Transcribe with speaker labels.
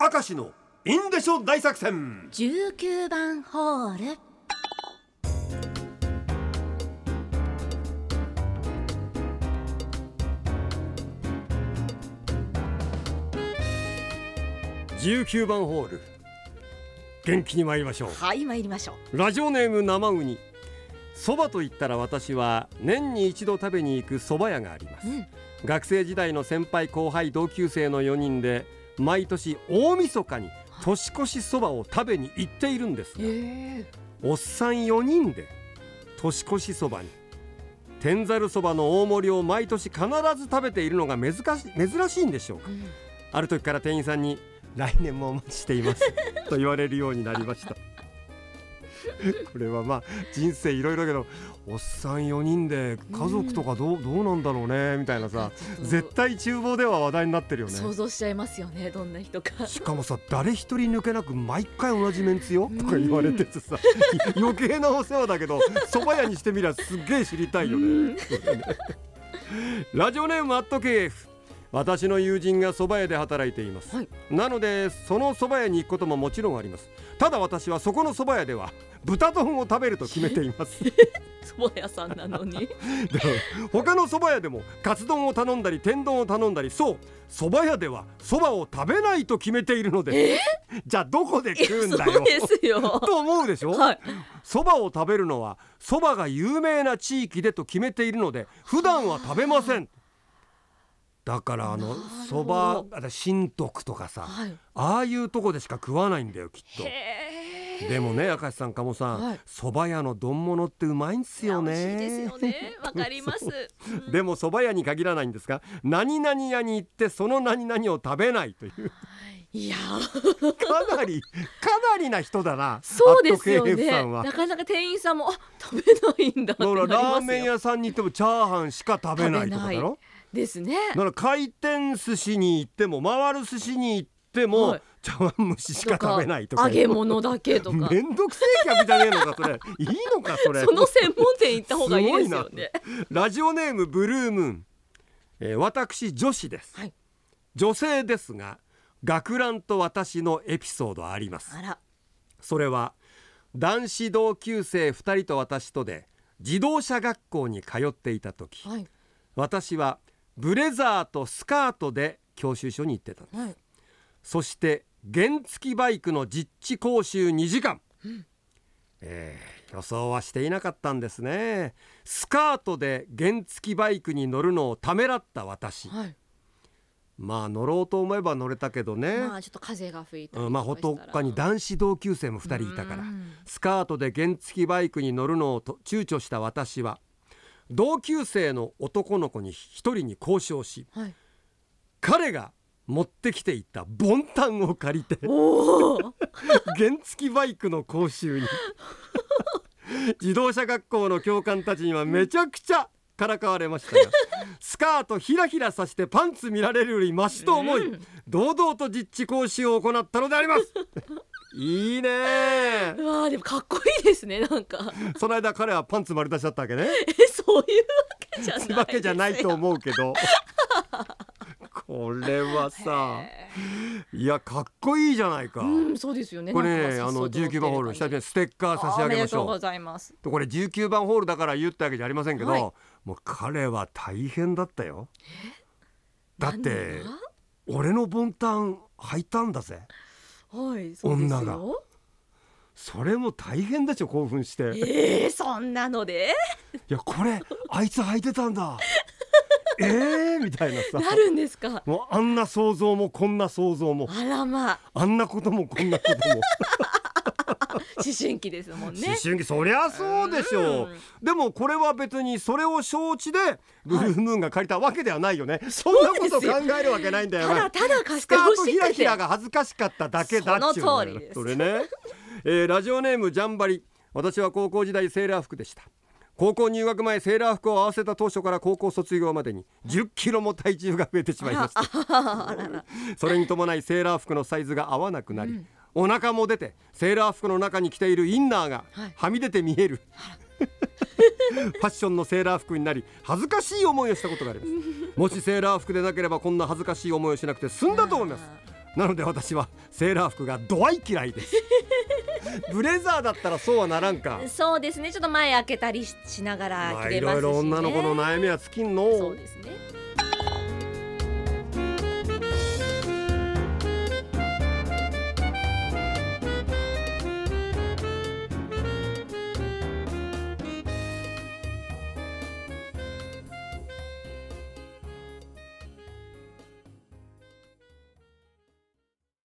Speaker 1: 明石のインデショ大作戦
Speaker 2: 19番ホール
Speaker 1: 19番ホール元気に参りましょう
Speaker 2: はい参りましょう
Speaker 1: ラジオネーム生ウニそばと言ったら私は年に一度食べに行くそば屋があります、
Speaker 2: うん
Speaker 1: 学生時代の先輩後輩同級生の4人で毎年大晦日に年越しそばを食べに行っているんですが、
Speaker 2: え
Speaker 1: おっさん4人で年越しそばに天ざるそばの大盛りを毎年必ず食べているのが珍し珍しいんでしょうか、
Speaker 2: ん
Speaker 1: ある時から店員さんに来年もお待ちしてい ますと言われるようになりました これはまあ人生いろいろだけどおっさん4人で家族とかどう,、どうなんだろうねみたいなさ
Speaker 2: ちょっと
Speaker 1: 絶対厨房では話題になってるよね
Speaker 2: 想像しちゃいますよねどんな人か
Speaker 1: しかもさ誰一人抜けなく毎回同じメンツよとか言われて てさ余計なお世話だけど蕎麦屋にしてみりゃすっげえ知りたいよね。 ラジオネームアット KF 私の友人が蕎麦屋で働いています、
Speaker 2: はい
Speaker 1: なのでその蕎麦屋に行くことももちろんありますただ私はそこの蕎麦屋では豚丼を食べると決めていま すで
Speaker 2: 蕎麦屋さんなのに
Speaker 1: も他の蕎麦屋でもカツ丼を頼んだり天丼を頼んだりそう蕎麦屋では蕎麦を食べないと決めているのでじゃあどこ
Speaker 2: い
Speaker 1: で
Speaker 2: や
Speaker 1: 食うんだ
Speaker 2: そ
Speaker 1: よ
Speaker 2: うですよ
Speaker 1: と思うでしょ、
Speaker 2: はい
Speaker 1: そばを食べるのはそばが有名な地域でと決めているので普段は食べませんだからあのそばあれ新徳とかさ、
Speaker 2: はい
Speaker 1: ああいうとこでしか食わないんだよきっと
Speaker 2: へえ
Speaker 1: でもね明石さん鴨さ
Speaker 2: は
Speaker 1: ん
Speaker 2: い
Speaker 1: そば、蕎麦屋の丼物ってうまいんすよ
Speaker 2: 美味し
Speaker 1: ね
Speaker 2: いですよねわかりますうん
Speaker 1: でもそば屋に限らないんですが何々屋に行ってその何々を食べないという
Speaker 2: いやー
Speaker 1: かなりかなりな人だな
Speaker 2: そうですよ
Speaker 1: アット KF さ
Speaker 2: ね
Speaker 1: んは
Speaker 2: なかなか店員さんもあ食べないんだってな
Speaker 1: だから
Speaker 2: り
Speaker 1: ラ
Speaker 2: ま
Speaker 1: ー
Speaker 2: す
Speaker 1: メン
Speaker 2: よ
Speaker 1: 屋さんに行ってもチャーハンしか食べないとかだろ
Speaker 2: ですね
Speaker 1: だから回転寿司に行っても回る寿司に行っても、
Speaker 2: はい
Speaker 1: 茶碗蒸ししか
Speaker 2: とか
Speaker 1: 食べないとか
Speaker 2: 揚げ物だけ とか
Speaker 1: めんどくせえ客じゃねえのかそれいいのかそれ
Speaker 2: その専門店行った方がいいで すよね
Speaker 1: ラジオネームブルームーン、えー私女子です、
Speaker 2: はい
Speaker 1: 女性ですが学ランと私のエピソードあります
Speaker 2: あら
Speaker 1: それは男子同級生2人と私とで自動車学校に通っていた時
Speaker 2: はい
Speaker 1: 私はブレザーとスカートで教習所に行ってたの
Speaker 2: はい
Speaker 1: そして原付バイクの実地講習2時間、えー予想はしていなかったんですねスカートで原付バイクに乗るのをためらった私、
Speaker 2: はい
Speaker 1: まあ乗ろうと思えば乗れたけどね、
Speaker 2: まあちょっと風が吹いたり
Speaker 1: うんまあ
Speaker 2: と
Speaker 1: ほ
Speaker 2: かした
Speaker 1: と
Speaker 2: ら
Speaker 1: っかに男子同級生も2人いたから
Speaker 2: うん
Speaker 1: スカートで原付バイクに乗るのをと躊躇した私は同級生の男の子に1人に交渉し
Speaker 2: はい
Speaker 1: 彼が持ってきていたボンタンを借りて
Speaker 2: おお
Speaker 1: 原付バイクの 講習に自動車学校の教官たちにはめちゃくちゃからかわれまし たがスカートひらひらさしてパンツ見られるよりマシと思い、堂々と実地講習を行ったのであります いいねえ
Speaker 2: うわーでもかっこいいですねなん か
Speaker 1: その間彼はパンツ丸出しだった わけね
Speaker 2: えそういうわけじゃないですよ
Speaker 1: わけじゃないと思うけど これはさいやかっこいいじゃないか、
Speaker 2: うんそうですよね
Speaker 1: これ
Speaker 2: なん
Speaker 1: ね
Speaker 2: か
Speaker 1: あの
Speaker 2: 早速
Speaker 1: 19番ホール
Speaker 2: 出て
Speaker 1: 久
Speaker 2: る
Speaker 1: 々にステッカー
Speaker 2: 感
Speaker 1: 差
Speaker 2: じお
Speaker 1: し上げまし
Speaker 2: めでとう
Speaker 1: ょ
Speaker 2: ご
Speaker 1: う
Speaker 2: ざいます
Speaker 1: とこれ19番ホールだから言ったわけじゃありませんけど、
Speaker 2: はい
Speaker 1: もう彼は大変だったよだって
Speaker 2: 何
Speaker 1: 俺のボンタン履いたんだぜ
Speaker 2: がはいそうです
Speaker 1: 女が
Speaker 2: よ
Speaker 1: それも大変でしょ興奮して
Speaker 2: えー、そんなの で
Speaker 1: いやこれあいつ履いてた んだえーみたいなさ
Speaker 2: なるんですか
Speaker 1: もうあんな想像もこんな想像も
Speaker 2: あらまあ
Speaker 1: あんなこともこんなこと も、
Speaker 2: 思春期ですもんね
Speaker 1: 思春期そりゃそうでしょうでもこれは別にそれを承知でブルームーンが借りたわけではないよね、そんなこと
Speaker 2: そうです
Speaker 1: 考
Speaker 2: よ
Speaker 1: えるわけないんだ
Speaker 2: た
Speaker 1: よね
Speaker 2: だただ貸
Speaker 1: ス
Speaker 2: して
Speaker 1: カー
Speaker 2: ほ
Speaker 1: ト
Speaker 2: し
Speaker 1: ひら
Speaker 2: く
Speaker 1: ひ
Speaker 2: て
Speaker 1: らが恥ずかしかっただけだっちゅう
Speaker 2: その通りです
Speaker 1: それね、えーラジオネームジャンバリ私は高校時代セーラー服でした高校入学前セーラー服を合わせた当初から高校卒業までに10キロも体重が増えてしまいましたそれに伴いセーラー服のサイズが合わなくなり、お腹も出てセーラー服の中に着ているインナーが
Speaker 2: はい
Speaker 1: はみ出て見える、ファッションのセーラー服になり恥ずかしい 思いをしたことがありますもしセーラー服でなければこんな恥ずかしい思いをしなくて済んだと思いますなので私はセーラー服がドアイ嫌い ですブレザーだったらそうはならんか
Speaker 2: そうですねちょっと前開けたりししながら
Speaker 1: まあ
Speaker 2: 着れ
Speaker 1: い
Speaker 2: ます
Speaker 1: ろ
Speaker 2: し、ね
Speaker 1: いろ女の子の悩みは尽きんの
Speaker 2: そうですね